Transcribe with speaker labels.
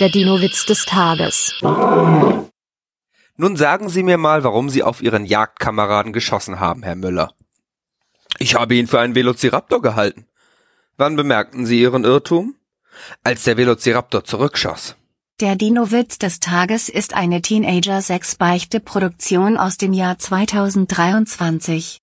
Speaker 1: Der Dino-Witz des Tages.
Speaker 2: Nun sagen Sie mir mal, warum Sie auf Ihren Jagdkameraden geschossen haben, Herr Müller. Ich habe ihn für einen Velociraptor gehalten. Wann bemerkten Sie Ihren Irrtum? Als der Velociraptor zurückschoss.
Speaker 3: Der Dino-Witz des Tages ist eine Teenager-6-Beichte-Produktion aus dem Jahr 2023.